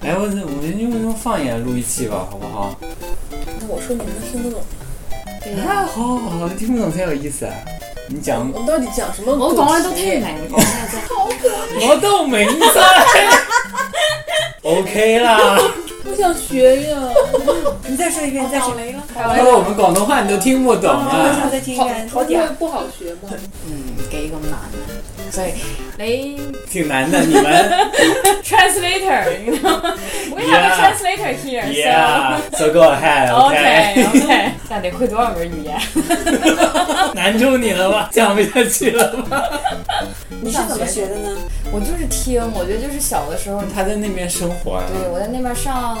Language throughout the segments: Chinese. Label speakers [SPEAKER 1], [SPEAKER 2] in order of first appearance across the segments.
[SPEAKER 1] 哎上也录一期吧，好不好？
[SPEAKER 2] 那我说你们听不懂，
[SPEAKER 1] 啊，好好好，听不懂才有意思啊！你讲
[SPEAKER 2] 我们到底講什麼
[SPEAKER 3] 我
[SPEAKER 2] 故事
[SPEAKER 3] 講咧都聽唔明，講咩啫？
[SPEAKER 1] 我都没在。OK 啦，
[SPEAKER 2] 我想學呀。
[SPEAKER 4] 你再说一遍，再说，
[SPEAKER 3] 你啦，
[SPEAKER 1] 他说哎我们广东话你都听不懂
[SPEAKER 4] 我想
[SPEAKER 1] 啊。
[SPEAKER 4] 再听一遍，好
[SPEAKER 2] 因
[SPEAKER 4] 点
[SPEAKER 2] 為
[SPEAKER 4] 儿。
[SPEAKER 2] 不好學嘛。
[SPEAKER 3] 嗯，幾咁難啊！所以你
[SPEAKER 1] 挺难的，你们
[SPEAKER 3] translator，you know? we have a
[SPEAKER 1] Yeah.
[SPEAKER 3] translator here.
[SPEAKER 1] Yeah, so go ahead.
[SPEAKER 3] OK
[SPEAKER 1] OK，
[SPEAKER 3] OK，那得会多少门语言？
[SPEAKER 1] 难住你了吧？讲不下去了吧？
[SPEAKER 4] 你是怎么学的呢？
[SPEAKER 3] 我就是听，我觉得就是小的时候，
[SPEAKER 1] 他在那边生活啊呀、
[SPEAKER 3] 对我在那边上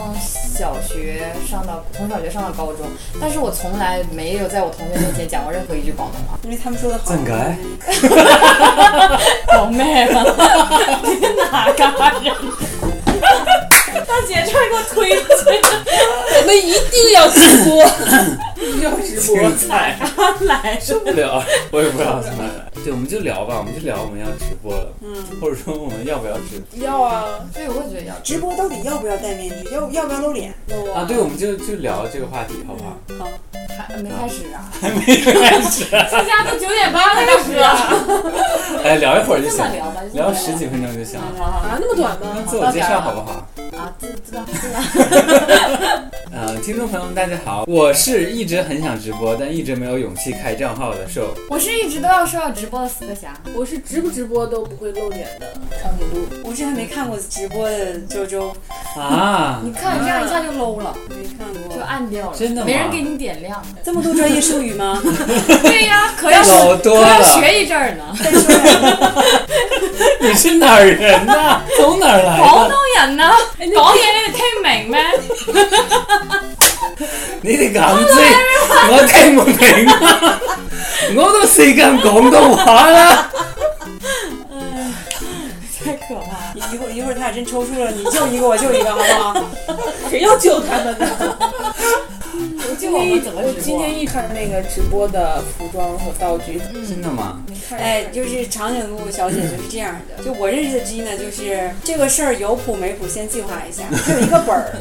[SPEAKER 3] 小学，上到从小学上到高中，但是我从来没有在我同学面前讲过任何一句广东话。
[SPEAKER 4] 因为他们说的好。
[SPEAKER 1] 真该
[SPEAKER 3] 好妹啊！你哪嘎人？大姐，这儿给我推荐
[SPEAKER 2] 我們一定要直播，一定要直播。
[SPEAKER 1] 精彩，
[SPEAKER 3] 来
[SPEAKER 1] 受不了，我也不知道怎么来。对，我们就聊吧，我们就聊我们要直播了，
[SPEAKER 4] 嗯，
[SPEAKER 1] 或者说我们要不要直播
[SPEAKER 2] 要啊，
[SPEAKER 3] 对，我也觉得要
[SPEAKER 4] 直播到底要不要戴面具？要要不要露脸？
[SPEAKER 2] 要
[SPEAKER 1] 啊？对，我们就就聊这个话题，好不 好？
[SPEAKER 4] 好，
[SPEAKER 3] 还没开始 啊！
[SPEAKER 1] 还没开始，
[SPEAKER 3] 这家都九点半了，大哥。
[SPEAKER 1] 哎，聊一会儿就
[SPEAKER 3] 这
[SPEAKER 1] 行
[SPEAKER 3] 么，聊吧，就这么
[SPEAKER 1] 聊十几分钟就行
[SPEAKER 3] 啊
[SPEAKER 1] 了。
[SPEAKER 3] 好好
[SPEAKER 2] 啊，那么短吗？
[SPEAKER 1] 自我介绍好不好？
[SPEAKER 3] 好啊，知知道知道。
[SPEAKER 1] 呃，听众朋友们，大家好，我是一直很想直播，但一直没有勇气开账号的瘦。
[SPEAKER 3] 我是一直都要说要直播的四个侠，
[SPEAKER 2] 我是直不直播都不会露脸的长颈鹿，
[SPEAKER 4] 我之前没看过直播的周周，
[SPEAKER 1] 啊
[SPEAKER 3] 你，看这样一下就 low 了，
[SPEAKER 4] 没看
[SPEAKER 3] 就
[SPEAKER 4] 过，
[SPEAKER 3] 暗掉了，
[SPEAKER 1] 真的吗
[SPEAKER 3] 没人给你点亮。
[SPEAKER 4] 这么多专业术语 吗？
[SPEAKER 3] 对呀，可要
[SPEAKER 1] 老多
[SPEAKER 3] 可要
[SPEAKER 1] 了，
[SPEAKER 3] 学一阵儿 呢。
[SPEAKER 4] 再说两遍。
[SPEAKER 1] 你是哪儿人呐、从哪儿来
[SPEAKER 3] 广
[SPEAKER 1] 的
[SPEAKER 3] 东？人呢，广东人哎你听明咩？
[SPEAKER 1] 你哋咁知，我聽唔明啊！我都識講廣東話啦，
[SPEAKER 3] 太可怕了。
[SPEAKER 4] 一会儿一会儿他俩真抽搐了，你救一个我救一个，好不好？
[SPEAKER 2] 谁要救他们呢？我
[SPEAKER 3] 今天一怎么直播
[SPEAKER 2] 我今天一看那个直播的服装和道具，
[SPEAKER 1] 真的吗？
[SPEAKER 2] 你看，
[SPEAKER 4] 哎，就是长颈鹿小姐就是这样的。就我认识的 Gina，就是这个事儿有谱没谱先计划一下，她有一个本 儿，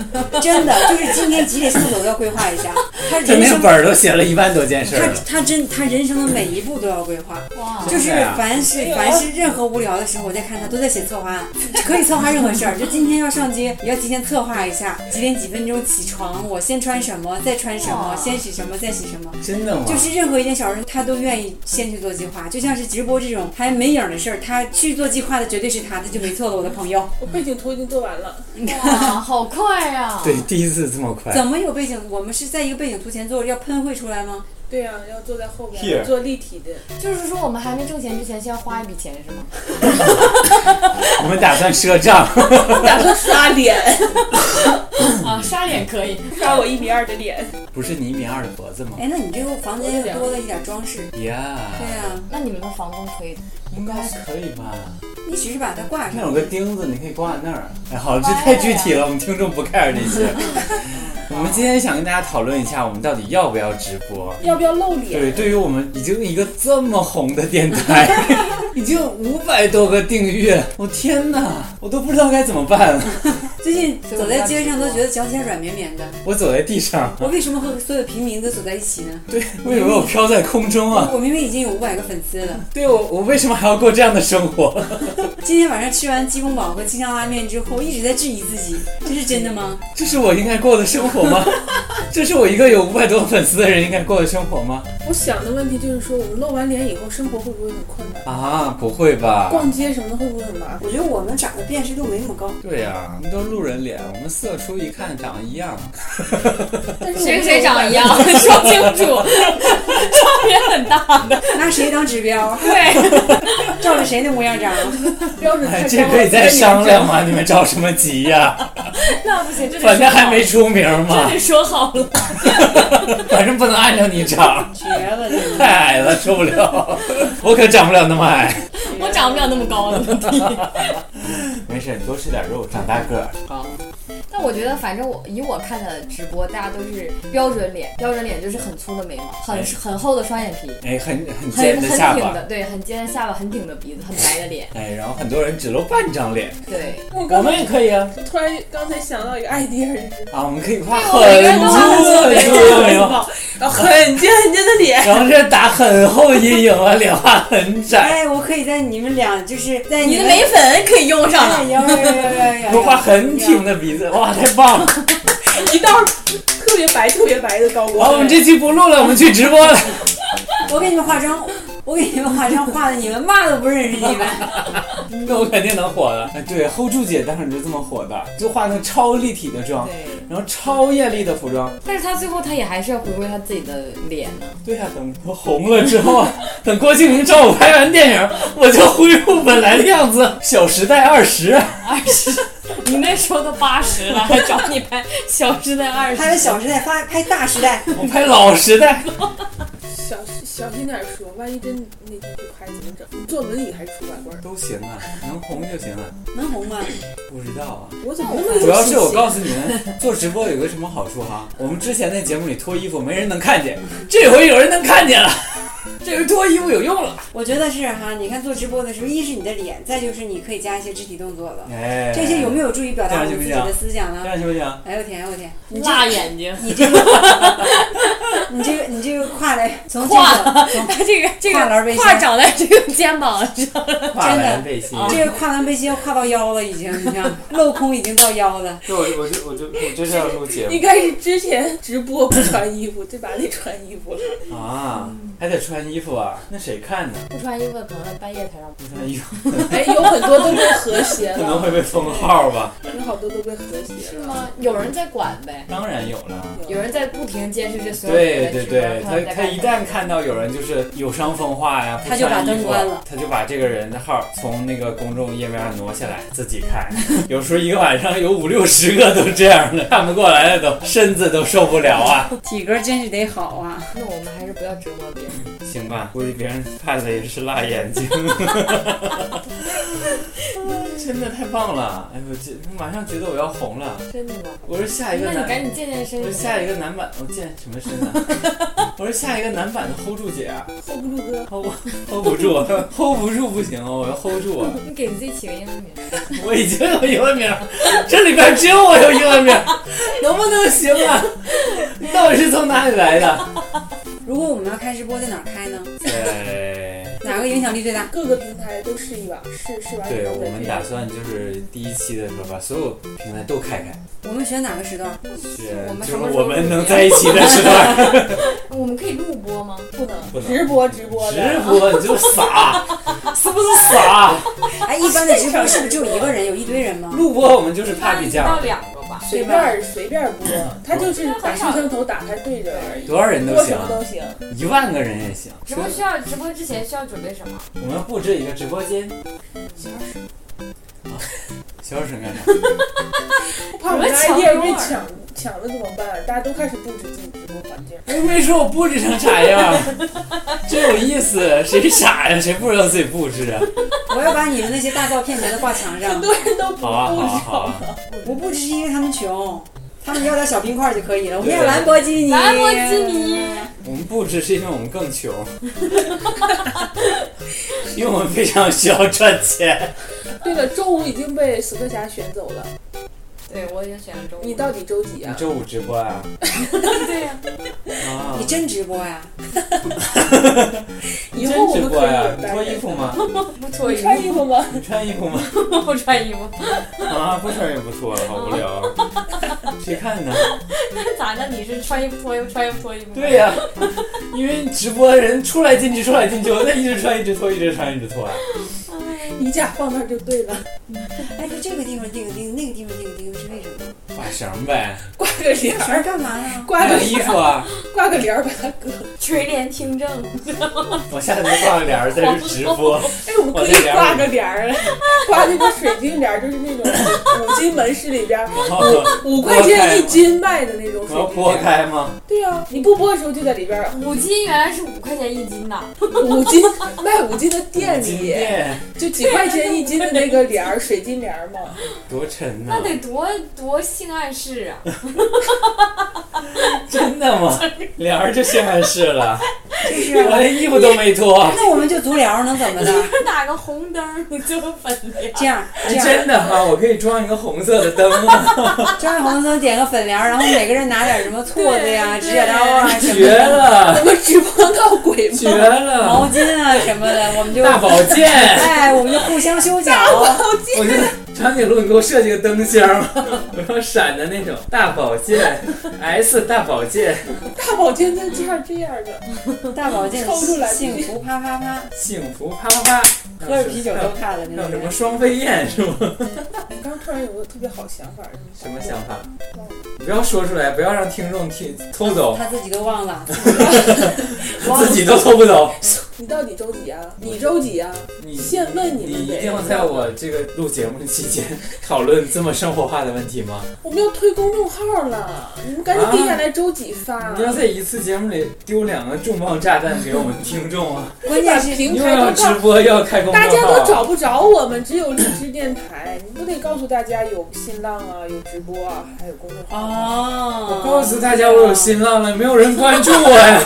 [SPEAKER 4] 真的就是今天几点四楼要规划一下。她
[SPEAKER 1] 这
[SPEAKER 4] 人
[SPEAKER 1] 那
[SPEAKER 4] 生，
[SPEAKER 1] 本儿都写了一万多件事
[SPEAKER 4] 她
[SPEAKER 1] 儿啊了，
[SPEAKER 4] 她真她人生的每一步都要规划。
[SPEAKER 3] 哇，
[SPEAKER 4] 就是
[SPEAKER 1] 真的呀
[SPEAKER 4] 凡是凡是任何无聊的时候，我在看她都在写策划案，可以策划任何事儿。就今天要上街，也要提前策划一下，几点几分钟起床，我先穿什么，再穿什么
[SPEAKER 3] 哇，
[SPEAKER 4] 先洗什么，再洗什么。
[SPEAKER 1] 真的吗？
[SPEAKER 4] 就是任何一件小事，他都愿意先去做计划，就像是直播这种还没影儿的事儿，他去做计划的绝对是他，这就没错了，我的朋友。
[SPEAKER 2] 我背景图已经做完了，
[SPEAKER 3] 哇，好快啊呀、
[SPEAKER 1] 对，，第一次这么快。
[SPEAKER 4] 怎么有背景？我们是在一个背景图前做，要喷绘出来吗？
[SPEAKER 2] 对呀、要坐在后边
[SPEAKER 1] Here
[SPEAKER 2] 做立体的，
[SPEAKER 3] 就是说我们还没挣钱之前，先要花一笔钱是吗？
[SPEAKER 1] 我们打算赊账，
[SPEAKER 2] 打算刷脸，
[SPEAKER 3] 啊，刷脸可以，
[SPEAKER 2] 刷我一米二的脸，
[SPEAKER 1] 不是你一米二的脖子吗？
[SPEAKER 4] 哎，那你这个房间又多了一点装饰。
[SPEAKER 1] 呀、
[SPEAKER 4] 对啊，
[SPEAKER 3] 那你们的房东可以
[SPEAKER 1] 应该可以吧？
[SPEAKER 4] 你只是把它挂
[SPEAKER 1] 那
[SPEAKER 4] 上。
[SPEAKER 1] 有个钉子，你可以挂那儿。哎，好，这太具体了，我们听众不 care 这 些。我们今天想跟大家讨论一下，我们到底要不要直播？
[SPEAKER 2] 要不要露脸？
[SPEAKER 1] 对，对于我们已经一个这么红的电台， 已经五百多个订阅，我天哪，我都不知道该怎么办了。
[SPEAKER 4] 最近走在街上都觉得脚底下软绵绵的，
[SPEAKER 1] 我走在地上，
[SPEAKER 4] 我为什么和所有平民都走在一起呢？
[SPEAKER 1] 对，我以为我飘在空中啊。
[SPEAKER 4] 我明明已经有五百个粉丝了。
[SPEAKER 1] 对我，我为什么还要过这样的生活？
[SPEAKER 4] 今天晚上吃完鸡公煲和清香拉面之后，一直在质疑自己，这是真的吗？
[SPEAKER 1] 这是我应该过的生活吗？这是我一个有五百多粉丝的人应该过的生活吗？
[SPEAKER 2] 我想的问题就是说，我们露完脸以后，生活会不会很困难？
[SPEAKER 1] 啊，不会吧？
[SPEAKER 2] 逛街什么的会不会很麻烦？
[SPEAKER 4] 我觉得我们长得辨识度没那么 高。
[SPEAKER 1] 对呀、我们都路人脸，我们色出一看长得一样。
[SPEAKER 2] 但是我们
[SPEAKER 3] 谁谁长一样，说清楚， 差别很大的。
[SPEAKER 4] 拿谁当指标？啊
[SPEAKER 3] 对，
[SPEAKER 4] 照着谁的模样长？啊
[SPEAKER 2] 标准太
[SPEAKER 1] 哎，
[SPEAKER 2] 高
[SPEAKER 1] 这
[SPEAKER 2] 了
[SPEAKER 1] 可以再商量。吗？你们着什么急呀、
[SPEAKER 3] 那不行，这得
[SPEAKER 1] 反正
[SPEAKER 3] 说好
[SPEAKER 1] 还没出名
[SPEAKER 3] 这
[SPEAKER 1] 嘛，
[SPEAKER 3] 得说好了。
[SPEAKER 1] 反正不能按照你长，
[SPEAKER 4] 绝了你！
[SPEAKER 1] 太矮了，受不了。我可长不了那么矮。
[SPEAKER 3] 我长不了那么高的，
[SPEAKER 1] 没事，多吃点肉，长大个儿。
[SPEAKER 3] 但我觉得，反正我以我看的直播，大家都是标准脸，标准脸就是很粗的眉毛，很
[SPEAKER 1] 哎
[SPEAKER 3] 很厚的双眼皮，
[SPEAKER 1] 哎，很很
[SPEAKER 3] 很
[SPEAKER 1] 尖
[SPEAKER 3] 很
[SPEAKER 1] 的下
[SPEAKER 3] 挺
[SPEAKER 1] 巴，
[SPEAKER 3] 的，对，很尖的下巴，很顶的鼻子，很白的脸，
[SPEAKER 1] 哎，然后很多人只露半张脸，
[SPEAKER 3] 对。
[SPEAKER 2] 我
[SPEAKER 1] 我
[SPEAKER 2] 刚
[SPEAKER 1] 们
[SPEAKER 2] 才
[SPEAKER 1] 也可以啊，
[SPEAKER 2] 我突然刚才想到一个 idea，就是
[SPEAKER 1] 啊，我们可以画
[SPEAKER 3] 我每个
[SPEAKER 1] 很
[SPEAKER 3] 人都
[SPEAKER 1] 粗
[SPEAKER 3] 画
[SPEAKER 1] 很 粗的眉毛，
[SPEAKER 2] 然后很尖很尖的脸，
[SPEAKER 1] 然后这打很厚阴影了，脸画很窄，
[SPEAKER 4] 哎，我可以在你们俩就是在
[SPEAKER 3] 你的
[SPEAKER 4] 们
[SPEAKER 3] 眉粉可以用上
[SPEAKER 4] 哎
[SPEAKER 3] 了，
[SPEAKER 4] 呀呀呀呀呀！
[SPEAKER 1] 我画很挺的鼻子，哇，太棒了！
[SPEAKER 2] 一道特别白特别白的高光。
[SPEAKER 1] 好，我们这期不录了，我们去直播了。
[SPEAKER 4] 我给你们化妆，我给你们化妆化的，你们嘛都不认识 你们。
[SPEAKER 1] 那我肯定能火的。哎 对，hold 住姐当时就这么火的，就化那种超立体的妆，
[SPEAKER 3] 对。
[SPEAKER 1] 然后超艳丽的服装。
[SPEAKER 3] 但是他最后他也还是要回归他自己的脸呢。
[SPEAKER 1] 对呀、等我红了之后，啊 等郭敬明找我拍完电影，我就恢复本来的样子，《小时代二十》。
[SPEAKER 3] 二十， 你那时候都八十了，还找你拍《消失在二十
[SPEAKER 4] 拍》？了《小时代》，发拍《大时代》，
[SPEAKER 1] 我拍《老时代》，
[SPEAKER 2] 小小心点说，万一真那天不拍怎么整？你坐轮椅还是拄拐棍儿？
[SPEAKER 1] 都行啊，能红就行了。
[SPEAKER 4] 能红吗？
[SPEAKER 1] 不知道啊，
[SPEAKER 2] 我怎么 那么
[SPEAKER 1] 主要是我告
[SPEAKER 2] 诉
[SPEAKER 1] 诉你们，做直播有个什么好处哈？ 我们之前那节目里脱衣服没人能看见，这回有人能看见了， 这回脱衣服有用了。
[SPEAKER 4] 我觉得是哈。你看做直播的时候，一是你的脸，再就是你可以加一些肢体动作了。
[SPEAKER 1] 哎，
[SPEAKER 4] 这些有没有助于表达我
[SPEAKER 1] 这样行不
[SPEAKER 4] 们自己
[SPEAKER 1] 行
[SPEAKER 4] 的思想
[SPEAKER 1] 这
[SPEAKER 4] 呢？
[SPEAKER 1] 样行不行？
[SPEAKER 4] 哎呦天，哎呦天，你这
[SPEAKER 3] 辣眼睛，
[SPEAKER 4] 你这个，你这个 你这个跨的从这个 从
[SPEAKER 3] 他这个这
[SPEAKER 4] 跨栏背
[SPEAKER 3] 个
[SPEAKER 4] 心
[SPEAKER 3] 胯长在这个肩膀上，
[SPEAKER 1] 跨栏背心。
[SPEAKER 4] 这个跨栏背心要跨到腰了，已经，你看镂空已经到腰了。
[SPEAKER 1] 就我我就我就我就是要录节
[SPEAKER 2] 你，应该是之前直播不穿衣服，这把得穿衣服了。
[SPEAKER 1] 目啊，还得穿衣服啊，那谁看呢？
[SPEAKER 3] 不穿衣服的朋友半夜才让
[SPEAKER 1] 不穿衣服
[SPEAKER 2] 哎，有很多都被和谐
[SPEAKER 1] 可能
[SPEAKER 2] 了，
[SPEAKER 1] 会被封号吧？
[SPEAKER 2] 有好多都被和谐了。
[SPEAKER 3] 吗？有人在管呗，
[SPEAKER 1] 当然有了。
[SPEAKER 3] 有人在不停监视这所有
[SPEAKER 1] 对
[SPEAKER 3] 人的
[SPEAKER 1] 对
[SPEAKER 3] 直播
[SPEAKER 1] 对，
[SPEAKER 3] 看
[SPEAKER 1] 他
[SPEAKER 3] 在
[SPEAKER 1] 他
[SPEAKER 3] 干
[SPEAKER 1] 一
[SPEAKER 3] 什么
[SPEAKER 1] 旦看到有人就是有伤风化呀，
[SPEAKER 4] 他就把
[SPEAKER 1] 不穿衣服
[SPEAKER 4] 灯关了，
[SPEAKER 1] 他就把这个人的号从那个公众页面上挪下来自己看。 有时候一个晚上有五六十个都这样的，看不过来了都，身子都受不了啊。
[SPEAKER 4] 体格真是得好啊！
[SPEAKER 3] 那我们还是不要折磨别人。
[SPEAKER 1] 行吧，估计别人看了也是辣眼睛。 真的太棒了！哎，我这马上觉得我要红了。
[SPEAKER 3] 真的吗？哎
[SPEAKER 1] 我说下
[SPEAKER 3] 那
[SPEAKER 1] 一个
[SPEAKER 3] 你赶
[SPEAKER 1] 男，
[SPEAKER 3] 紧健健
[SPEAKER 1] 我
[SPEAKER 3] 身
[SPEAKER 1] 说。下一个男版，我健什么身啊？ 我说下一个男版的 hold 住姐啊
[SPEAKER 2] 后不住哥，
[SPEAKER 1] ，hold hold 不住，hold 啊不住不行哦，我要 hold 住啊！
[SPEAKER 3] 你给自己起个英文名， 啊
[SPEAKER 1] 我已经有英文名儿，这里边只有我有英文名儿， 能不能行啊？你到底是从哪里来 的？
[SPEAKER 4] 如果我们要开直播，在哪儿开呢？
[SPEAKER 1] 哎。
[SPEAKER 4] 哪个影响力最大？
[SPEAKER 2] 各个平台都试一把，试试完以
[SPEAKER 1] 对
[SPEAKER 2] 后
[SPEAKER 1] 我
[SPEAKER 2] 再
[SPEAKER 1] 们
[SPEAKER 2] 这
[SPEAKER 1] 打
[SPEAKER 2] 样
[SPEAKER 1] 算就是第一期的时候把所有平台都开开，
[SPEAKER 4] 我们选哪个时 段？
[SPEAKER 1] 选
[SPEAKER 3] 我们
[SPEAKER 1] 就是
[SPEAKER 3] 什么时候
[SPEAKER 1] 我们
[SPEAKER 3] 录
[SPEAKER 1] 能
[SPEAKER 3] 节
[SPEAKER 1] 在一起的时段，
[SPEAKER 3] 我们可以录播吗？
[SPEAKER 2] 不能
[SPEAKER 1] 不能
[SPEAKER 2] 直播直播
[SPEAKER 1] 直
[SPEAKER 2] 的，
[SPEAKER 1] 播你就傻，是不是傻？
[SPEAKER 4] 哎，一般的直播是不是只有一个人，有一堆人吗？
[SPEAKER 1] 录播我们就是 Papi
[SPEAKER 3] 到
[SPEAKER 1] 酱，
[SPEAKER 3] 两个吧。
[SPEAKER 2] 随便儿随便儿播，他就是把摄像头打开对着而已，
[SPEAKER 1] 多少人嗯都
[SPEAKER 2] 播
[SPEAKER 1] 行啊
[SPEAKER 2] 什，么都行。
[SPEAKER 1] 一万个人也行。
[SPEAKER 3] 直播需要直播之前需要准备什么？
[SPEAKER 1] 我们要布置一个直播间，啊
[SPEAKER 2] 小沈，
[SPEAKER 1] 小沈干啥？
[SPEAKER 2] 我怕我们的
[SPEAKER 3] 抢
[SPEAKER 2] idea 被
[SPEAKER 3] 座儿
[SPEAKER 2] 抢抢了怎么办？大家都开始布置自己直播环境。
[SPEAKER 1] 我没说我布置成啥 样，真有意思。谁傻呀？谁不知道自己布置啊？
[SPEAKER 4] 我要把你们那些大照片全都挂墙上
[SPEAKER 2] 很。多人都 不
[SPEAKER 1] 好啊，好
[SPEAKER 2] 布
[SPEAKER 1] 啊，
[SPEAKER 2] 置
[SPEAKER 1] 好啊。
[SPEAKER 4] 我不只是因为他们穷，他们要点小冰块就可以了。我们要
[SPEAKER 1] 对
[SPEAKER 4] 兰博基尼，
[SPEAKER 3] 兰博基尼，
[SPEAKER 1] 我们布置是因为我们更 穷，因为我们非常需要赚钱。
[SPEAKER 2] 对了，周五已经被死磕侠选走了，
[SPEAKER 3] 对，我已经选了周五。
[SPEAKER 2] 你到底周几啊？
[SPEAKER 1] 周五直播啊？
[SPEAKER 3] 对呀、
[SPEAKER 1] 啊
[SPEAKER 4] 你真直播呀？
[SPEAKER 2] 以后我
[SPEAKER 1] 真直
[SPEAKER 2] 们可
[SPEAKER 1] 播呀？
[SPEAKER 2] 以
[SPEAKER 1] 你脱衣服吗？
[SPEAKER 3] 不脱
[SPEAKER 2] 你
[SPEAKER 3] 衣
[SPEAKER 2] 穿衣
[SPEAKER 3] 服，
[SPEAKER 2] 服吗？
[SPEAKER 1] 你穿衣服吗？
[SPEAKER 3] 不穿衣服，
[SPEAKER 1] 啊，不穿也不错，好无 聊。谁看呢？
[SPEAKER 3] 咋的？你是穿衣服脱衣服，穿衣服脱衣服？
[SPEAKER 1] 对、呀、因为直播人出来进去，出来进去，我在一直穿，一直脱，一直穿，一直脱啊。
[SPEAKER 2] 衣架放那儿就对了，
[SPEAKER 4] 哎，就这个地方钉个钉，那个地方钉个钉，是为什么？
[SPEAKER 1] 挂绳呗，
[SPEAKER 2] 挂个帘
[SPEAKER 4] 全
[SPEAKER 2] 儿，
[SPEAKER 4] 是干嘛呀？
[SPEAKER 2] 挂个
[SPEAKER 1] 挂衣服 啊。
[SPEAKER 2] 挂个帘儿把它隔。
[SPEAKER 3] 垂帘听政。
[SPEAKER 1] 我下次挂个帘儿在这直播。
[SPEAKER 2] 哎，我们可以挂个 帘儿，挂那个水晶帘儿，就是那种五金门市里边儿
[SPEAKER 1] 然后
[SPEAKER 2] 五五块钱一斤卖的那种
[SPEAKER 1] 我
[SPEAKER 2] 水
[SPEAKER 1] 要
[SPEAKER 2] 晶帘
[SPEAKER 1] 拨
[SPEAKER 2] 儿。
[SPEAKER 1] 开吗？
[SPEAKER 2] 对呀、你不播的时候就在里边儿，
[SPEAKER 5] 五金原来是五块钱一斤呐，
[SPEAKER 1] 嗯
[SPEAKER 2] 五金卖五金的店
[SPEAKER 1] 金
[SPEAKER 2] 里，
[SPEAKER 1] 店
[SPEAKER 2] 就几块钱一斤的那个帘儿，水晶帘儿嘛。
[SPEAKER 1] 多沉呐、
[SPEAKER 5] 那得多多性暗示啊！
[SPEAKER 1] 真 的吗？帘儿就性暗示了，
[SPEAKER 4] 就是啊
[SPEAKER 1] 我 连衣服都没 脱，
[SPEAKER 4] 那我们就足疗能怎么 的？
[SPEAKER 5] 打个红灯儿就粉的呀。
[SPEAKER 4] 这样这
[SPEAKER 5] 啊
[SPEAKER 4] 样，
[SPEAKER 1] 真的哈、我可以装一个红色的灯 啊，
[SPEAKER 4] 张红灯点个粉帘儿，然后每个人拿点什么锉子呀、
[SPEAKER 5] 对
[SPEAKER 4] 指甲刀啊什么
[SPEAKER 1] 绝
[SPEAKER 4] 的，
[SPEAKER 1] 了，
[SPEAKER 2] 我们只碰到鬼
[SPEAKER 1] 绝
[SPEAKER 2] 吗？
[SPEAKER 1] 了，
[SPEAKER 4] 毛巾啊什么的，我们就
[SPEAKER 1] 大保健。
[SPEAKER 4] 哎，我们就互相哦修脚。
[SPEAKER 1] 我觉得长颈鹿，你给我设计个灯箱吧， 我要闪的那种大宝 剑，S 大宝剑，
[SPEAKER 2] 大宝剑在这样这样的，
[SPEAKER 4] 大保健
[SPEAKER 2] 抽出来
[SPEAKER 4] 幸福啪啪啪，
[SPEAKER 1] 幸福啪啪啪，
[SPEAKER 4] 喝着啤酒都怕的
[SPEAKER 1] 还
[SPEAKER 4] 那
[SPEAKER 1] 有 什
[SPEAKER 4] 种
[SPEAKER 1] 么。双飞燕是 吗？
[SPEAKER 2] 我哎刚突然有个特别好想法，
[SPEAKER 1] 什么想法？你不要说出来，不要让听众听偷走，
[SPEAKER 4] 他自己都 忘了，
[SPEAKER 1] 自己都偷不 走。
[SPEAKER 2] 你到底周几啊？你周几啊？
[SPEAKER 1] 你
[SPEAKER 2] 先问你
[SPEAKER 1] 你
[SPEAKER 2] 们
[SPEAKER 1] 一
[SPEAKER 2] 得
[SPEAKER 1] 定要在我这个录节目的期间讨论这么生活化的问题 吗？
[SPEAKER 2] 我们要推公众号了，你们赶紧定下来周几发。
[SPEAKER 1] 啊你要在一次节目里丢两个重磅炸弹给我们听众啊！
[SPEAKER 4] 关键
[SPEAKER 2] 把
[SPEAKER 4] 是
[SPEAKER 2] 平
[SPEAKER 1] 又
[SPEAKER 2] 台
[SPEAKER 1] 要
[SPEAKER 2] 都
[SPEAKER 1] 直
[SPEAKER 2] 告，
[SPEAKER 1] 播，又要开公众
[SPEAKER 2] 大
[SPEAKER 1] 号，
[SPEAKER 2] 家都找不着我们，只有荔枝电台。你不得告诉大家有新浪啊，有直播啊，还有公众号。
[SPEAKER 4] 哦，
[SPEAKER 1] 我告诉大家，我有新浪了，没有人关注我呀！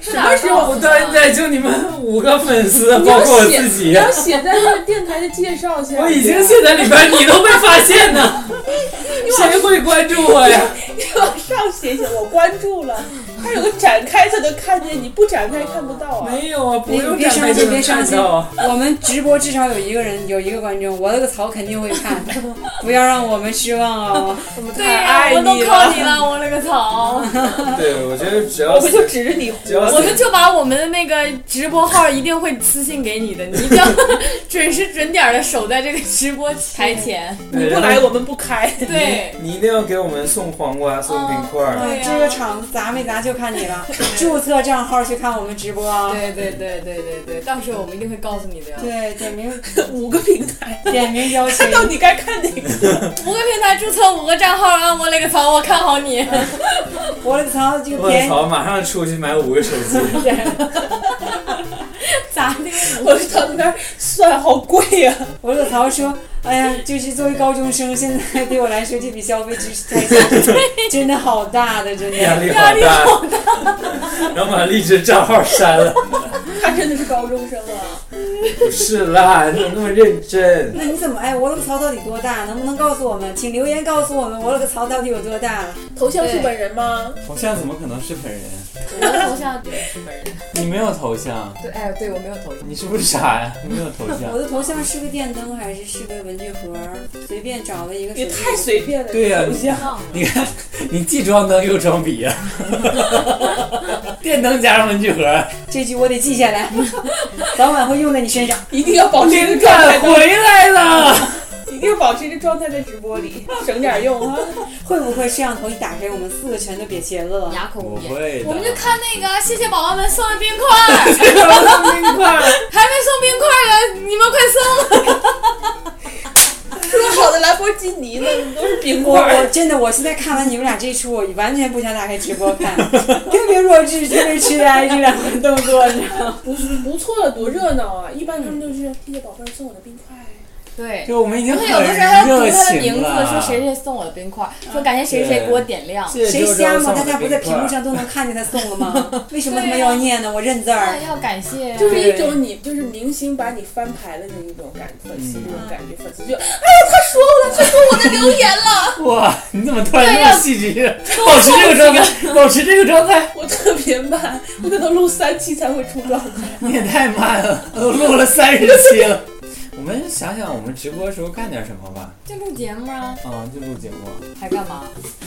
[SPEAKER 5] 什么时
[SPEAKER 1] 我到现在就你们五个粉丝，啊包括我自己
[SPEAKER 2] 你。要写在这个电台的介绍下。
[SPEAKER 1] 我已经写在里边，你都没发现呢，谁会关注我呀？
[SPEAKER 2] 往上写写，我关注了，它有个展开才能看见，你不展开看不到啊。
[SPEAKER 1] 没有啊，不
[SPEAKER 4] 别
[SPEAKER 1] 用
[SPEAKER 4] 别
[SPEAKER 1] 展
[SPEAKER 4] 伤
[SPEAKER 1] 开就
[SPEAKER 4] 心，别
[SPEAKER 1] 能
[SPEAKER 4] 伤
[SPEAKER 1] 看
[SPEAKER 4] 心
[SPEAKER 1] 到啊。。
[SPEAKER 4] 我们直播至少有一个人，有一个观众，我那个槽肯定会看， 不要让我们失望哦。
[SPEAKER 2] 我们
[SPEAKER 5] 对
[SPEAKER 2] 太
[SPEAKER 5] 呀、
[SPEAKER 2] 爱
[SPEAKER 5] 我都
[SPEAKER 2] 你
[SPEAKER 5] 靠
[SPEAKER 2] 了，
[SPEAKER 5] 你了，我勒个操！
[SPEAKER 1] 对，我觉得只
[SPEAKER 2] 我
[SPEAKER 1] 要
[SPEAKER 2] 们就指着你活
[SPEAKER 1] 只要
[SPEAKER 5] 我们就把我们的那个直播号一定会私信给你的，你一定要准时准点的守在这个直播台前。
[SPEAKER 2] 你不来我们不开。
[SPEAKER 5] 对，
[SPEAKER 1] 你一定要给我们送黄瓜、送冰块儿。
[SPEAKER 5] 对呀
[SPEAKER 4] 啊这个场子砸没砸就看 你了，注册账号去看我们直播啊。
[SPEAKER 5] 对对对对对对，到时候我们一定会告诉你的。
[SPEAKER 4] 对，点名
[SPEAKER 2] 五个平台，
[SPEAKER 4] 点名邀 请
[SPEAKER 2] 看到你该看哪个。
[SPEAKER 5] 五个平台注册五个账号啊！我勒个操！我看好你。
[SPEAKER 4] 我的槽就
[SPEAKER 1] 我
[SPEAKER 4] 便宜。
[SPEAKER 1] 操！马上出去买五个手机，
[SPEAKER 5] 咋的？
[SPEAKER 2] 我就到那边算好贵呀、
[SPEAKER 4] 我的槽说：“哎呀，就是作为高中生，现在对我来说这笔消费支出 真的好大的，真
[SPEAKER 1] 压
[SPEAKER 4] 的。
[SPEAKER 1] 力好大。然后把荔枝账号删了。
[SPEAKER 2] 他真的是高中生啊！
[SPEAKER 1] 不是啦，你怎么那么认真？
[SPEAKER 4] 那你怎么哎，我的槽到底多大？能不能告诉我们？请留言告诉我们，我的个槽到底有多大？
[SPEAKER 2] 头像是本人吗？
[SPEAKER 1] 头像怎么可能是本人？
[SPEAKER 5] 我的头像是本人。
[SPEAKER 1] 你没有头像，
[SPEAKER 5] 对，哎，对我没有头像。
[SPEAKER 1] 你是不是傻呀？你没有头
[SPEAKER 4] 我
[SPEAKER 1] 像。
[SPEAKER 4] 的头像是个电灯还是是个文具盒？随便找了一个手
[SPEAKER 2] 也
[SPEAKER 4] 机。
[SPEAKER 2] 太随便了。
[SPEAKER 1] 对呀、
[SPEAKER 2] 头
[SPEAKER 1] 你
[SPEAKER 2] 像
[SPEAKER 5] 忘了
[SPEAKER 1] 你看，你既装灯又装笔呀、 电灯加上文具盒，
[SPEAKER 4] 这句我得记下来， 早晚会用在你身上。
[SPEAKER 2] 一定要
[SPEAKER 5] 哦
[SPEAKER 2] 保持这
[SPEAKER 1] 灵
[SPEAKER 2] 个状
[SPEAKER 1] 感
[SPEAKER 2] 态
[SPEAKER 1] 回来了。
[SPEAKER 2] 一定要保持这状态在直播 里，省点用啊！
[SPEAKER 4] 会不会摄像头一打开，我们四个全都瘪茄子了？
[SPEAKER 5] 哑口无言。
[SPEAKER 1] 会
[SPEAKER 5] 我们就看那个，谢谢宝宝们送的冰块儿，还没送
[SPEAKER 1] 冰块儿，
[SPEAKER 5] 冰块儿的，你们快送！
[SPEAKER 2] 说好的兰博基尼呢？你都是冰
[SPEAKER 4] 我
[SPEAKER 2] 棍
[SPEAKER 4] 我
[SPEAKER 2] 儿。
[SPEAKER 4] 真的，我现在看完你们俩这一出，我完全不想打开直播看， 特别弱智，特别痴呆这两个动作，你知道吗？
[SPEAKER 2] 不是不错，多热闹啊！一般他们都是谢谢宝贝儿送我的冰块。
[SPEAKER 5] 对。
[SPEAKER 1] 就我们已经
[SPEAKER 5] 而
[SPEAKER 1] 很
[SPEAKER 5] 且有的时候还要
[SPEAKER 1] 热
[SPEAKER 5] 读他的
[SPEAKER 1] 情
[SPEAKER 5] 名字，
[SPEAKER 1] 了。
[SPEAKER 5] 说谁谁送我的冰块儿，说感谢谁谁给我点亮。
[SPEAKER 1] 谢谢
[SPEAKER 4] 谁
[SPEAKER 1] 周周
[SPEAKER 4] 瞎吗？
[SPEAKER 1] 送的
[SPEAKER 4] 大家不在
[SPEAKER 1] 冰
[SPEAKER 4] 屏幕
[SPEAKER 1] 块
[SPEAKER 4] 上都能看见他送了吗？为什么他们要念呢？我认字儿
[SPEAKER 5] 哎。要感谢呀，
[SPEAKER 2] 就是一种你就是明星把你翻牌了的一种感粉丝
[SPEAKER 1] 嗯
[SPEAKER 2] 这种感觉，粉丝就哎呀他说我了，他说我的留言了，
[SPEAKER 1] 哇，你怎么突然这么戏剧性？保持这个状态，保持这个状态，
[SPEAKER 2] 我特别慢，我可能录三期才会出状态。
[SPEAKER 1] 你也太慢了，我都录了三十期了。 我们想想，我们直播的时候干点什么吧。
[SPEAKER 5] 就录节目啊，
[SPEAKER 1] 啊、就录节目。
[SPEAKER 5] 还干嘛？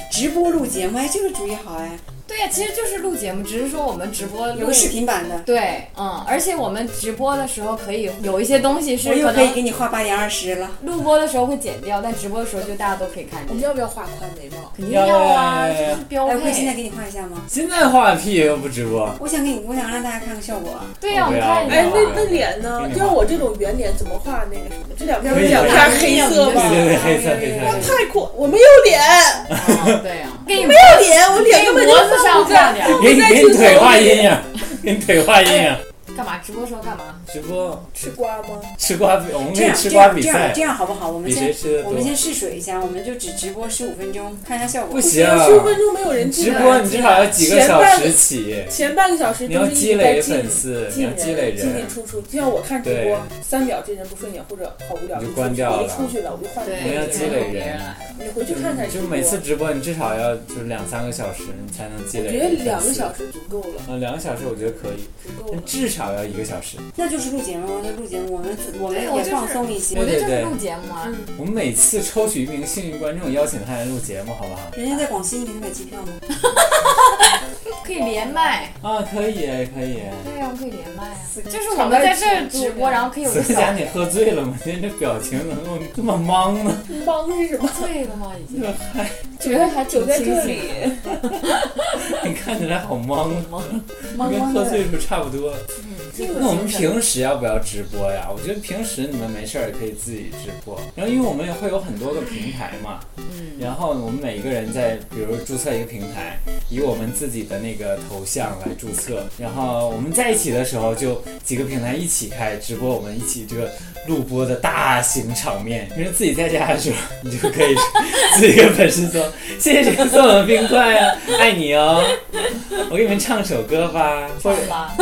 [SPEAKER 4] 直播录节目，哎，这个主意好哎！
[SPEAKER 3] 对呀、其实就是录节目，只是说我们直播
[SPEAKER 4] 有
[SPEAKER 3] 录
[SPEAKER 4] 个视。频版的，
[SPEAKER 3] 对，嗯，而且我们直播的时候可以有一些东西是
[SPEAKER 4] 我又
[SPEAKER 3] 可
[SPEAKER 4] 可以
[SPEAKER 3] 能
[SPEAKER 4] 给你画八点二十了。
[SPEAKER 3] 录播的时候会剪掉，但直播的时候就大家都可以看
[SPEAKER 2] 我
[SPEAKER 3] 见
[SPEAKER 2] 们。要不要画宽眉毛？
[SPEAKER 3] 肯定要啊，
[SPEAKER 1] 要要要要
[SPEAKER 3] 这是标
[SPEAKER 4] 哎，我可以现在
[SPEAKER 3] 配。
[SPEAKER 4] 给你画一下吗？
[SPEAKER 1] 现在画屁又不直播，
[SPEAKER 4] 我想给你，我想让大家看看效果。啊
[SPEAKER 3] 对呀、
[SPEAKER 1] 我
[SPEAKER 3] 我
[SPEAKER 1] 不
[SPEAKER 3] 们
[SPEAKER 1] 要
[SPEAKER 3] 看一
[SPEAKER 1] 哎
[SPEAKER 2] 哎，
[SPEAKER 3] 下
[SPEAKER 2] 那那脸呢
[SPEAKER 1] 给？你画
[SPEAKER 2] 要我这种圆脸怎么画那个什么？这两边
[SPEAKER 1] 可以
[SPEAKER 2] 两
[SPEAKER 1] 可
[SPEAKER 2] 片黑
[SPEAKER 1] 对
[SPEAKER 2] 色
[SPEAKER 1] 对
[SPEAKER 2] 吧？
[SPEAKER 1] 对，黑色黑色。
[SPEAKER 2] 太酷！我没有脸，
[SPEAKER 1] 哎
[SPEAKER 3] 啊，对呀、给你
[SPEAKER 2] 没有脸，我脸
[SPEAKER 3] 给
[SPEAKER 2] 根
[SPEAKER 3] 你
[SPEAKER 2] 本就
[SPEAKER 3] 脖子上
[SPEAKER 2] 不在
[SPEAKER 3] 画点儿，
[SPEAKER 1] 给你
[SPEAKER 2] 我在
[SPEAKER 1] 给你
[SPEAKER 2] 镜头
[SPEAKER 1] 腿画
[SPEAKER 2] 里
[SPEAKER 1] 阴影，给你腿画阴影。
[SPEAKER 3] 干嘛？直播时候干
[SPEAKER 2] 哎
[SPEAKER 3] 嘛？
[SPEAKER 1] 直播
[SPEAKER 2] 吃瓜吗？
[SPEAKER 1] 吃瓜比，我们
[SPEAKER 4] 这
[SPEAKER 1] 可以
[SPEAKER 4] 样
[SPEAKER 1] 吃
[SPEAKER 4] 这
[SPEAKER 1] 瓜
[SPEAKER 4] 样
[SPEAKER 1] 比
[SPEAKER 4] 这样
[SPEAKER 1] 赛
[SPEAKER 4] 这，样好不好？我们
[SPEAKER 1] 比谁
[SPEAKER 4] 先
[SPEAKER 1] 吃的
[SPEAKER 4] 我
[SPEAKER 1] 多
[SPEAKER 4] 们。先试水一下，我们就只直播十五分钟，看一下效果。
[SPEAKER 1] 不行，
[SPEAKER 2] 十五分钟没有人进
[SPEAKER 1] 直
[SPEAKER 2] 来。
[SPEAKER 1] 播你至少要几个
[SPEAKER 2] 前
[SPEAKER 1] 小
[SPEAKER 2] 半
[SPEAKER 1] 时起，
[SPEAKER 2] 前半个小时
[SPEAKER 1] 你
[SPEAKER 2] 都
[SPEAKER 1] 要
[SPEAKER 2] 是一
[SPEAKER 1] 积
[SPEAKER 2] 直在
[SPEAKER 1] 累
[SPEAKER 2] 进
[SPEAKER 1] 粉丝，你
[SPEAKER 2] 进
[SPEAKER 1] 要积累
[SPEAKER 2] 进进
[SPEAKER 1] 人。
[SPEAKER 2] 出出，就像我看直播，三秒这人不顺眼或者好无聊，
[SPEAKER 1] 你就
[SPEAKER 2] 出
[SPEAKER 1] 关
[SPEAKER 2] 去
[SPEAKER 1] 掉
[SPEAKER 2] 我就
[SPEAKER 1] 了
[SPEAKER 2] 出去了，我就换别
[SPEAKER 1] 我们要
[SPEAKER 2] 人。
[SPEAKER 1] 积累人
[SPEAKER 3] 来
[SPEAKER 2] 你回去看看直
[SPEAKER 1] 嗯就
[SPEAKER 2] 播。
[SPEAKER 1] 每次直播，你至少要就是两三个小时，你才能积
[SPEAKER 2] 我
[SPEAKER 1] 累。
[SPEAKER 2] 觉得两个小，时足够了，
[SPEAKER 1] 嗯，两个小时我觉得可以，
[SPEAKER 2] 足够了啊
[SPEAKER 1] 但。至少要一个小时。
[SPEAKER 4] 那就是录节目，那录节目，我们我们
[SPEAKER 3] 对我就
[SPEAKER 4] 也
[SPEAKER 3] 是
[SPEAKER 4] 放松一些
[SPEAKER 3] 我。
[SPEAKER 1] 对
[SPEAKER 3] 这就
[SPEAKER 1] 对
[SPEAKER 3] 是录节目啊，
[SPEAKER 5] 嗯
[SPEAKER 1] 我们每次抽取一名幸运观众，邀请他来录节目，好不好？
[SPEAKER 4] 人家在广西，你给他买机票吗？
[SPEAKER 3] 可以连麦。
[SPEAKER 1] 啊，可以，可以。
[SPEAKER 3] 对呀、我们可以连麦啊。
[SPEAKER 4] 四个
[SPEAKER 3] 就是我们在这儿直播，然后可以有
[SPEAKER 1] 思
[SPEAKER 3] 个小
[SPEAKER 1] 佳，你喝醉了吗？你这表情怎么这么懵呢？
[SPEAKER 3] 嗯
[SPEAKER 2] 帮是 什么？
[SPEAKER 3] 醉了吗？已 经
[SPEAKER 2] 觉得还
[SPEAKER 3] 挺
[SPEAKER 2] 在
[SPEAKER 3] 清
[SPEAKER 2] 这
[SPEAKER 3] 醒
[SPEAKER 2] 里，
[SPEAKER 1] 你看起来好懵，啊
[SPEAKER 3] 懵
[SPEAKER 1] 跟
[SPEAKER 3] 懵
[SPEAKER 1] 喝
[SPEAKER 3] 的。嗯
[SPEAKER 1] 醉时候差不多。
[SPEAKER 2] 这
[SPEAKER 1] 那我们平时要不要直播呀？我觉得平时你们没事儿也可以自己直播，然后因为我们也会有很多个平台嘛，
[SPEAKER 3] 嗯，
[SPEAKER 1] 然后我们每一个人在比如注册一个平台，以我们自己的那个头像来注册，然后我们在一起的时候就几个平台一起开直播，我们一起这个录播的大型场面。因为自己在家的时候，你就可以自己跟粉丝说：“谢谢谁送我的冰块啊，爱你哦。”我给你们唱首歌吧，或者
[SPEAKER 3] 唱 吧。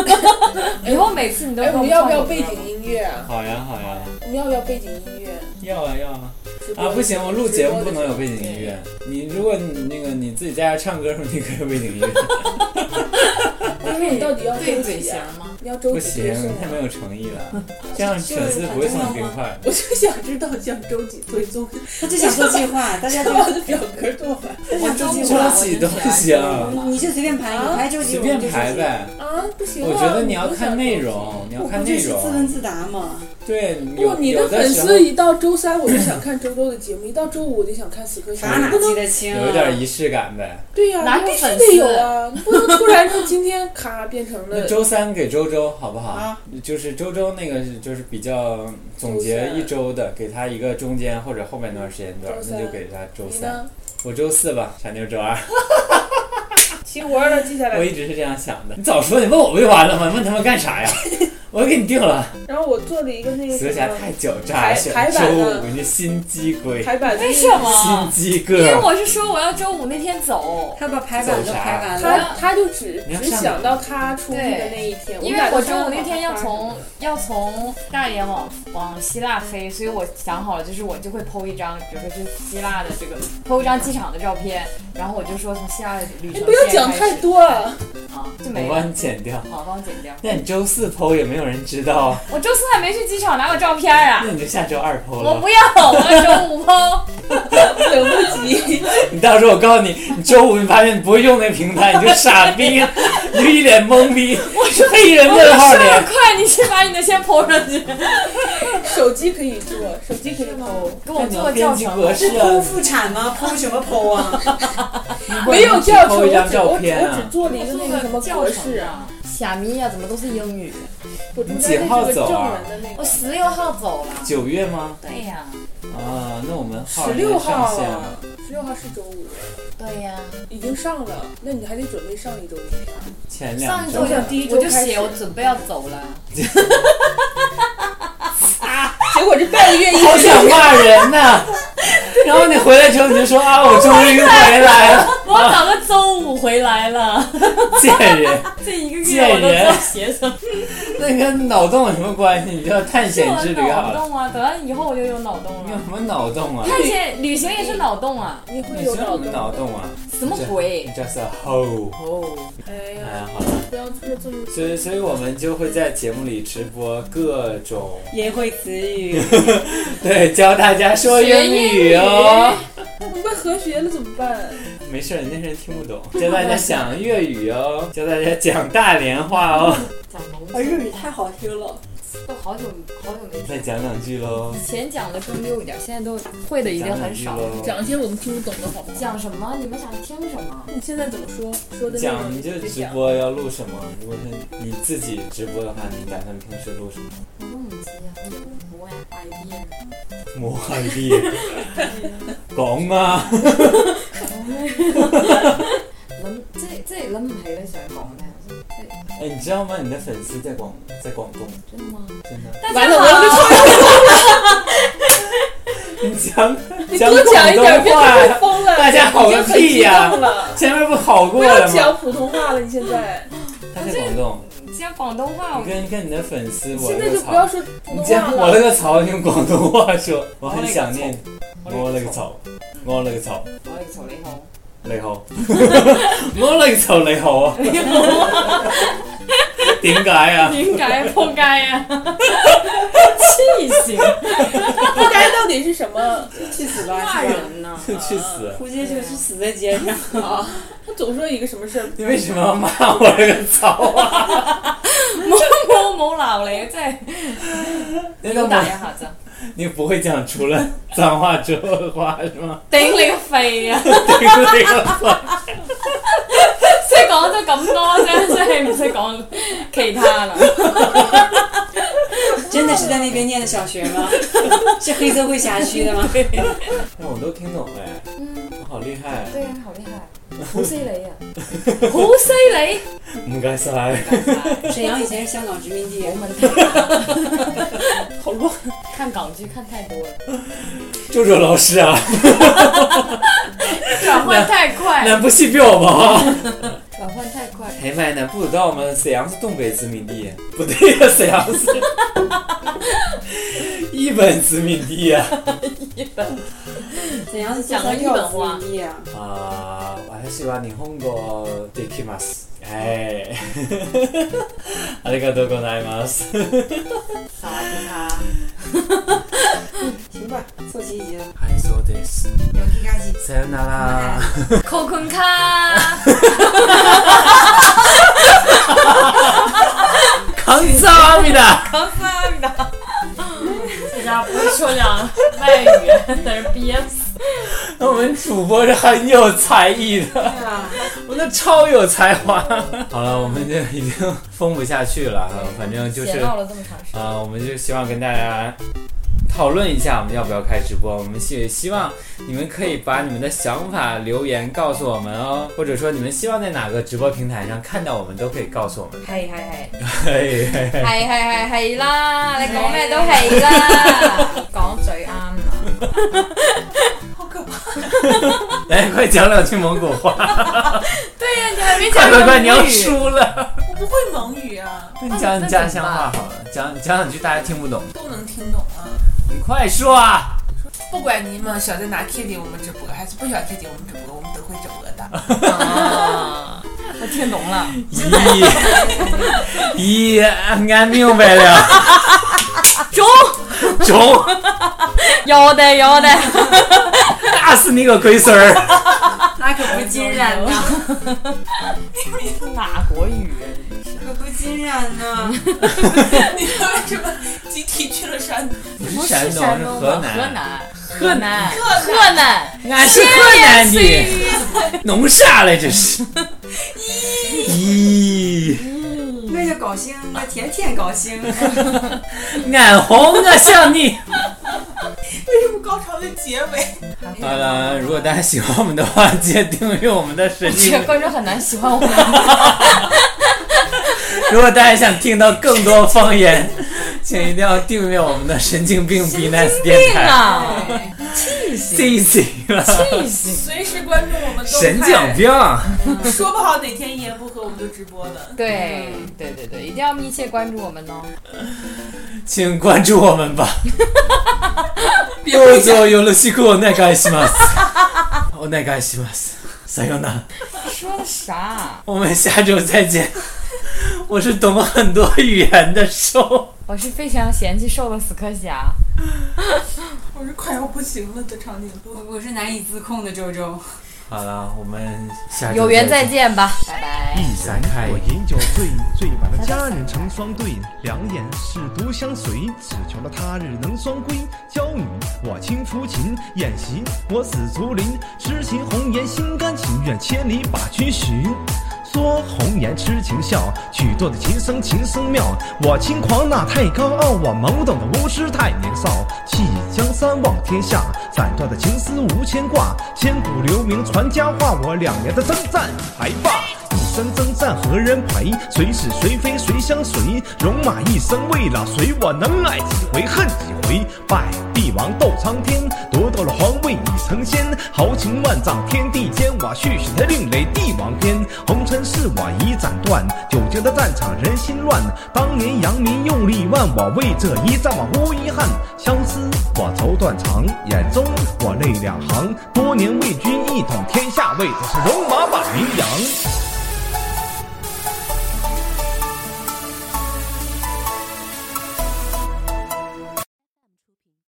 [SPEAKER 3] 以后每次你都
[SPEAKER 2] 哎，
[SPEAKER 3] 给
[SPEAKER 2] 我们
[SPEAKER 3] 们
[SPEAKER 2] 要不要
[SPEAKER 3] 唱首歌
[SPEAKER 2] 背景音乐啊？
[SPEAKER 1] 好呀好呀，
[SPEAKER 2] 我们要不要背景音乐？
[SPEAKER 1] 要啊要啊。
[SPEAKER 2] 直播
[SPEAKER 1] 啊，不行，我录节目不能有背景
[SPEAKER 2] 直播的
[SPEAKER 1] 音乐。你如果你那个你自己在家唱歌的时候，你可以有背景音乐，
[SPEAKER 2] 但是你到底要
[SPEAKER 3] 对
[SPEAKER 2] 周
[SPEAKER 3] 嘴
[SPEAKER 2] 几
[SPEAKER 3] 型
[SPEAKER 2] 啊？
[SPEAKER 3] 吗？
[SPEAKER 2] 你要周
[SPEAKER 1] 不
[SPEAKER 2] 几最
[SPEAKER 1] 行
[SPEAKER 2] 送，
[SPEAKER 1] 太
[SPEAKER 2] 啊？
[SPEAKER 1] 没有诚意了，这样粉丝不会送你冰块。
[SPEAKER 2] 我就想知道像周几最 终，
[SPEAKER 4] 他就想做计划，大家
[SPEAKER 2] 看
[SPEAKER 4] 就
[SPEAKER 2] 我的表格多烦
[SPEAKER 4] 他想做计
[SPEAKER 1] 周
[SPEAKER 4] 划，
[SPEAKER 1] 几都行，
[SPEAKER 4] 你就随便排，你排周几
[SPEAKER 1] 啊随
[SPEAKER 4] 我们
[SPEAKER 1] 便
[SPEAKER 4] 就周
[SPEAKER 1] 排
[SPEAKER 4] 几。
[SPEAKER 1] 呗。
[SPEAKER 2] 啊！不行啊，
[SPEAKER 1] 我觉得你要
[SPEAKER 2] 我不想
[SPEAKER 1] 看内
[SPEAKER 2] 周几。
[SPEAKER 1] 容，你要
[SPEAKER 4] 我
[SPEAKER 1] 看
[SPEAKER 4] 不就
[SPEAKER 1] 内
[SPEAKER 4] 是自问
[SPEAKER 1] 容。嗯
[SPEAKER 4] 自答吗？
[SPEAKER 1] 对，有
[SPEAKER 2] 不，你
[SPEAKER 1] 有
[SPEAKER 2] 的
[SPEAKER 1] 的
[SPEAKER 2] 粉
[SPEAKER 1] 时
[SPEAKER 2] 丝
[SPEAKER 1] 候
[SPEAKER 2] 一到周三我就想看周周的节目，一到周五我就想看死磕侠
[SPEAKER 4] 打。哪
[SPEAKER 2] 你不能
[SPEAKER 4] 记得清啊？
[SPEAKER 1] 有一点仪式感呗。
[SPEAKER 2] 对呀、
[SPEAKER 3] 哪有
[SPEAKER 2] 你必须
[SPEAKER 3] 粉丝
[SPEAKER 2] 得有啊！你不能突然就今天咔变成
[SPEAKER 1] 那
[SPEAKER 2] 了
[SPEAKER 1] 周三给周周好不好
[SPEAKER 4] 啊？
[SPEAKER 1] 就是周周那个是就是比较总结一周的，给他一个中间或者后半段时间段，
[SPEAKER 2] 周
[SPEAKER 1] 那
[SPEAKER 2] 三
[SPEAKER 1] 就给他周
[SPEAKER 2] 你
[SPEAKER 1] 三。
[SPEAKER 2] 呢？
[SPEAKER 1] 我周四吧，傻妞周二。
[SPEAKER 2] 齐活了，记下
[SPEAKER 1] 我
[SPEAKER 2] 来。
[SPEAKER 1] 一直是这样想的。你早说，你问我不就完了吗？问他们干啥呀？我都给你定了。
[SPEAKER 2] 然后我做了一个那个
[SPEAKER 1] 蛇
[SPEAKER 2] 什
[SPEAKER 1] 侠
[SPEAKER 2] 么
[SPEAKER 1] 太狡诈了，
[SPEAKER 2] 台
[SPEAKER 1] 选
[SPEAKER 2] 台
[SPEAKER 1] 周
[SPEAKER 2] 版的
[SPEAKER 1] 五，你这心机鬼，
[SPEAKER 2] 排版，
[SPEAKER 3] 为什？么
[SPEAKER 1] 心？机
[SPEAKER 2] 啊
[SPEAKER 3] 因为
[SPEAKER 1] 哥。
[SPEAKER 3] 我是说我要周五那天走，
[SPEAKER 4] 他把排版都排完了，
[SPEAKER 2] 他他就只
[SPEAKER 1] 你要
[SPEAKER 2] 只
[SPEAKER 1] 上
[SPEAKER 2] 想到他出去的那一天，
[SPEAKER 3] 因
[SPEAKER 2] 们俩
[SPEAKER 3] 为
[SPEAKER 2] 就
[SPEAKER 3] 我周
[SPEAKER 2] 商
[SPEAKER 3] 五
[SPEAKER 2] 量
[SPEAKER 3] 那天要
[SPEAKER 2] 好
[SPEAKER 3] 从要从大连往往希腊飞，所以我想好了，就是我就会 PO 一张，比如说就是希腊的这个 PO 一张机场的照片，然后我就说从希腊的旅
[SPEAKER 2] 你
[SPEAKER 3] 程
[SPEAKER 2] 哎不要讲太多啊！
[SPEAKER 3] 啊，就
[SPEAKER 1] 我
[SPEAKER 3] 没了
[SPEAKER 1] 帮。你剪掉。
[SPEAKER 3] 好，帮我剪掉。
[SPEAKER 1] 那你周四剖也没有人知道啊，
[SPEAKER 3] 我周四还没去机场，哪有照片啊
[SPEAKER 1] 那？你就下周二剖
[SPEAKER 3] 我
[SPEAKER 1] 了。
[SPEAKER 3] 不要，我要周五哦 PO。
[SPEAKER 2] 等不及，
[SPEAKER 1] 你到时候我告诉你，你周五你发现你不会用那平台，你就傻逼，啊你就一脸懵逼，我是黑人
[SPEAKER 3] 我
[SPEAKER 1] 问号
[SPEAKER 3] 说
[SPEAKER 1] 脸
[SPEAKER 3] 的。快，你先把你的先 PO 上去，
[SPEAKER 2] 手机可以做，手机可以偷，
[SPEAKER 3] 跟我
[SPEAKER 1] 你
[SPEAKER 3] 做
[SPEAKER 1] 要
[SPEAKER 3] 个
[SPEAKER 1] 编
[SPEAKER 3] 教
[SPEAKER 1] 辑
[SPEAKER 3] 程
[SPEAKER 1] 博
[SPEAKER 3] 吧。
[SPEAKER 1] 士
[SPEAKER 4] 剖
[SPEAKER 1] 啊，
[SPEAKER 4] 腹产吗？剖什么 剖啊？
[SPEAKER 2] 没有教程，
[SPEAKER 1] 剖
[SPEAKER 2] 我
[SPEAKER 1] 一张
[SPEAKER 2] 只
[SPEAKER 1] 照
[SPEAKER 2] 我只
[SPEAKER 1] 片
[SPEAKER 2] 我
[SPEAKER 1] 啊
[SPEAKER 2] 只。做了一个那个什么
[SPEAKER 3] 教
[SPEAKER 2] 格
[SPEAKER 3] 程
[SPEAKER 2] 式啊，
[SPEAKER 3] 啊？虾米呀，怎么都是英语？
[SPEAKER 2] 我中
[SPEAKER 1] 你
[SPEAKER 2] 间
[SPEAKER 1] 几
[SPEAKER 2] 那
[SPEAKER 1] 号
[SPEAKER 2] 是个
[SPEAKER 1] 走
[SPEAKER 2] 正
[SPEAKER 1] 啊
[SPEAKER 2] 文的那
[SPEAKER 3] 我
[SPEAKER 2] 个。
[SPEAKER 3] 十六号走了。
[SPEAKER 1] 九月吗？
[SPEAKER 3] 对呀，
[SPEAKER 1] 啊，那我们号
[SPEAKER 2] 十
[SPEAKER 1] 已经
[SPEAKER 2] 六
[SPEAKER 1] 上
[SPEAKER 2] 号
[SPEAKER 1] 线了
[SPEAKER 2] 啊。，十六号是周五，
[SPEAKER 3] 对呀。
[SPEAKER 2] 已经上了，那你还得准备上一周天。
[SPEAKER 1] 前
[SPEAKER 3] 上
[SPEAKER 1] 两
[SPEAKER 3] 一
[SPEAKER 1] 周
[SPEAKER 3] 周我就
[SPEAKER 2] 上第一周
[SPEAKER 3] 我就
[SPEAKER 2] 开
[SPEAKER 3] 写
[SPEAKER 2] 始
[SPEAKER 3] 我准备要走了，
[SPEAKER 2] 结果这半个月一
[SPEAKER 1] 好想骂人呐、然后你回来之后你就说啊，我终于回来了，
[SPEAKER 3] 我找个周五回来了。
[SPEAKER 1] 贱人！
[SPEAKER 3] 这一个月
[SPEAKER 1] 贱
[SPEAKER 3] 我都不知
[SPEAKER 1] 人
[SPEAKER 3] 道写 什么。
[SPEAKER 1] 那跟脑洞有什么关系？你叫探
[SPEAKER 3] 是
[SPEAKER 1] 险
[SPEAKER 3] 我
[SPEAKER 1] 之旅好
[SPEAKER 3] 脑
[SPEAKER 1] 了。
[SPEAKER 3] 洞啊，等到以后我就有脑洞
[SPEAKER 1] 你有
[SPEAKER 3] 了。
[SPEAKER 1] 什么脑洞啊？
[SPEAKER 3] 探险旅行也是脑洞啊，
[SPEAKER 2] 你会
[SPEAKER 1] 你
[SPEAKER 2] 有
[SPEAKER 1] 是
[SPEAKER 2] 脑
[SPEAKER 1] 什么
[SPEAKER 2] 洞。
[SPEAKER 1] 脑洞啊
[SPEAKER 3] 什么鬼？
[SPEAKER 1] ？Just a hoe。
[SPEAKER 3] 哦，
[SPEAKER 2] 哎
[SPEAKER 1] 哎
[SPEAKER 2] 呀，
[SPEAKER 1] 呀，好了，
[SPEAKER 2] 不要做这么
[SPEAKER 1] 所以所以我们就会在节目里直播各种，
[SPEAKER 4] 淫秽词语，
[SPEAKER 1] 对，教大家说英语哦。
[SPEAKER 2] 我们被和谐了怎么办？
[SPEAKER 1] 没事，人家是听不懂。教大家讲粤语哦， 教大家讲大连话哦，
[SPEAKER 3] 讲蒙
[SPEAKER 4] 啊，
[SPEAKER 3] 古
[SPEAKER 4] 粤语太好听了，
[SPEAKER 3] 都好久好久没
[SPEAKER 1] 再
[SPEAKER 3] 听。
[SPEAKER 1] 讲两句喽。
[SPEAKER 3] 以前讲的更溜一点，现在都会的已经
[SPEAKER 1] 讲两
[SPEAKER 3] 很
[SPEAKER 1] 句
[SPEAKER 3] 少。
[SPEAKER 1] 喽。
[SPEAKER 2] 讲一些我们听不懂的好不好？
[SPEAKER 3] 讲什么？你们想听什么？
[SPEAKER 2] 你现在怎么说？说的内容
[SPEAKER 1] 讲你这
[SPEAKER 2] 就
[SPEAKER 1] 直
[SPEAKER 2] 讲
[SPEAKER 1] 播要录什么？如果是你自己直播的话，你打算平时录什么？
[SPEAKER 3] 我问你姐，啊我呀，idea。
[SPEAKER 1] 磨耳力，讲啊！
[SPEAKER 3] 諗即係即係諗唔起你想講咩？即係
[SPEAKER 1] 哎，你知道吗？你的粉丝在广在广东，
[SPEAKER 3] 真的嗎？
[SPEAKER 1] 真的。
[SPEAKER 2] 完了，我要被说
[SPEAKER 1] 你讲
[SPEAKER 2] 你
[SPEAKER 1] 讲
[SPEAKER 2] 多讲一点，
[SPEAKER 1] 广
[SPEAKER 2] 别
[SPEAKER 1] 东话呀
[SPEAKER 2] 太疯了。
[SPEAKER 1] 大家好个屁呀
[SPEAKER 2] 已经很激动了
[SPEAKER 1] 前面不哦好
[SPEAKER 2] 不
[SPEAKER 1] 过
[SPEAKER 2] 要
[SPEAKER 1] 了吗？
[SPEAKER 2] 讲普通话了，你现在
[SPEAKER 1] 他在广东，
[SPEAKER 3] 像廣東話，
[SPEAKER 1] 你
[SPEAKER 3] 我
[SPEAKER 1] 跟跟你的粉丝我
[SPEAKER 2] 现在
[SPEAKER 1] 个
[SPEAKER 2] 就不要
[SPEAKER 1] 草，
[SPEAKER 2] 说普
[SPEAKER 1] 你
[SPEAKER 2] 通
[SPEAKER 1] 这样
[SPEAKER 2] 话
[SPEAKER 1] 我
[SPEAKER 2] 了
[SPEAKER 1] 了。个槽，用广东话 说，我很想念。我
[SPEAKER 3] 我
[SPEAKER 1] 了
[SPEAKER 3] 了
[SPEAKER 1] 个
[SPEAKER 3] 個
[SPEAKER 1] 槽，我了个槽，
[SPEAKER 3] 我嚟嘈你好，
[SPEAKER 1] 你好， 我了个槽你好 啊，點解啊？
[SPEAKER 5] 點解撲街 啊？
[SPEAKER 3] 黐 線，
[SPEAKER 2] 不该到底是什么？
[SPEAKER 4] 去死
[SPEAKER 3] 骂
[SPEAKER 4] 吧，这个
[SPEAKER 3] 人呢！
[SPEAKER 1] 去死！啊
[SPEAKER 4] 估计就是死在街上。
[SPEAKER 2] 他总说一个什么事儿，
[SPEAKER 1] 你为什么要骂我了个槽 啊？
[SPEAKER 3] 冇冇冇鬧你，啊真係
[SPEAKER 1] 那
[SPEAKER 3] 要
[SPEAKER 1] 个
[SPEAKER 3] 打一
[SPEAKER 1] 我，
[SPEAKER 3] 下 子，
[SPEAKER 1] 你不会讲除了脏话之后的话是吗？
[SPEAKER 3] 頂你個肺啊！
[SPEAKER 1] 對那个
[SPEAKER 3] 即係講咗咁多啫，即係唔使講其他啦。
[SPEAKER 4] 真的是在那边念的小学 吗？是黑社会辖区的吗？
[SPEAKER 1] 那我都听懂了，
[SPEAKER 3] 嗯，
[SPEAKER 1] 我好厉害，
[SPEAKER 3] 對啊，好厲害，好犀利啊，好犀利！
[SPEAKER 1] 唔該 晒。
[SPEAKER 4] 沈阳以前是香港殖民地，
[SPEAKER 3] 冇問題，好亂，看港劇看太多了，
[SPEAKER 1] 周周老師啊，
[SPEAKER 3] 轉換太快，
[SPEAKER 1] 南部系表吗？
[SPEAKER 3] 轉換太快。
[SPEAKER 1] 哎呀妈呀，不知道吗？沈阳是东北殖民地，不对呀、沈阳是日本殖民地啊呀、
[SPEAKER 4] 沈阳是
[SPEAKER 3] 讲个日本话
[SPEAKER 4] 殖民地啊。
[SPEAKER 1] 啊。啊，私は日本語できます。哎，ありがとうございます。
[SPEAKER 3] 傻逼他！
[SPEAKER 4] 行吧，凑齐已经
[SPEAKER 1] はい、そうです。
[SPEAKER 4] 有皮卡机。
[SPEAKER 1] さよなら。
[SPEAKER 4] 啊
[SPEAKER 3] 扣坤卡，
[SPEAKER 1] 康萨米だ。
[SPEAKER 3] 康萨米达，这家不会说两外语，在这憋死。
[SPEAKER 1] 我们主播是很有才艺的，我们超有才华。啊好了，我们这已经疯不下去了啊，反正就是
[SPEAKER 3] 闲闹了这么长时间，
[SPEAKER 1] 啊、我们就希望跟大家讨论一下，我们要不要开直播？我们希希望你们可以把你们的想法留言告诉我们哦，或者说你们希望在哪个直播平台上看到我们，都可以告诉我 们。哎
[SPEAKER 3] 系系系
[SPEAKER 1] 嘿嘿嘿
[SPEAKER 3] 系系系系啦，你讲咩都系啦，讲最啱啊啦。
[SPEAKER 1] 来，快讲两句蒙古话，
[SPEAKER 3] 对啊呀，你还没
[SPEAKER 1] 快
[SPEAKER 3] 讲
[SPEAKER 1] 快快，你要输了。
[SPEAKER 2] 我不会蒙语啊，
[SPEAKER 1] 你讲你家乡话好了，讲讲两句大家听不懂，
[SPEAKER 2] 都能听懂啊。
[SPEAKER 1] 你快说啊！
[SPEAKER 6] 不管你们想在哪贴近我们直播，还是不想贴近我们直播，我们都会直播的。
[SPEAKER 3] 啊，我听懂了，
[SPEAKER 1] 咦 咦，俺明白了，
[SPEAKER 3] 中
[SPEAKER 1] 中，
[SPEAKER 3] 有的有的，
[SPEAKER 1] 打死啊你个龟孙儿！
[SPEAKER 3] 那可不尽然呐。哪国语啊？
[SPEAKER 4] 可不尽然 呢。
[SPEAKER 6] 你们为什么集体去了山东？
[SPEAKER 1] 不
[SPEAKER 3] 不
[SPEAKER 1] 是山东，
[SPEAKER 3] 是山
[SPEAKER 1] 是
[SPEAKER 3] 东
[SPEAKER 1] 河
[SPEAKER 3] 吧
[SPEAKER 1] 南。
[SPEAKER 3] 河南，河南，河南。
[SPEAKER 1] 俺是河南的，弄啥嘞这是？咦，
[SPEAKER 4] 为了高兴，我天天高 兴。
[SPEAKER 1] 俺好，我想啊你。
[SPEAKER 6] 为什么高潮的结尾？
[SPEAKER 1] 好了，如果大家喜欢我们的话，记得订阅我们的神
[SPEAKER 3] 这
[SPEAKER 1] 经
[SPEAKER 3] 个。观众很难喜欢我们。
[SPEAKER 1] 如果大家想听到更多方言，请一定要订阅我们的神经病 B Nice 电台。
[SPEAKER 3] 啊，
[SPEAKER 1] 谢谢了，
[SPEAKER 3] 气死！
[SPEAKER 6] 随时关注我们动态。
[SPEAKER 2] 啊
[SPEAKER 1] 神经病。啊
[SPEAKER 6] 说不好哪天一言不合我们就直播了。
[SPEAKER 3] 对对对对，一定要密切关注我们哦。
[SPEAKER 1] 请关注我们吧。どうぞよろしくお願いします。お願いします。さようなら。
[SPEAKER 3] 说的啥？
[SPEAKER 1] 我们下周再见。我是懂很多语言的兽，
[SPEAKER 3] 我是非常嫌弃瘦的死磕侠。
[SPEAKER 6] 我是快要不行了的长颈鹿。
[SPEAKER 4] 我是难以自控的周周。
[SPEAKER 1] 好了，我们下周
[SPEAKER 5] 有缘再
[SPEAKER 1] 再
[SPEAKER 5] 见吧，拜拜。
[SPEAKER 1] 散开
[SPEAKER 7] 哎我饮酒醉，醉把那佳人成双对，两眼是独相随，只求那他日能双归。娇女我轻抚琴，宴席我紫竹林，痴情红颜心甘情愿，千里把君寻。说红颜痴情笑，曲作的琴声琴声妙。我轻狂那太高傲，我懵懂的无知太年少。弃江山望天下，斩断的情丝无牵挂。千古留名传佳话，我两年的征战还罢。一生征战何人陪？谁是谁非谁相随？戎马一生为了谁？我能爱几回恨几回？拜帝王斗苍天，夺到了皇位已成仙。豪情万丈天地间，我续写他另类帝王篇。红尘事我已斩断，九江的战场人心乱。当年扬名用力万，我为这一战我无遗憾。相思我愁断肠，眼中我泪两行。多年为君一统天下，为的是戎马把名扬。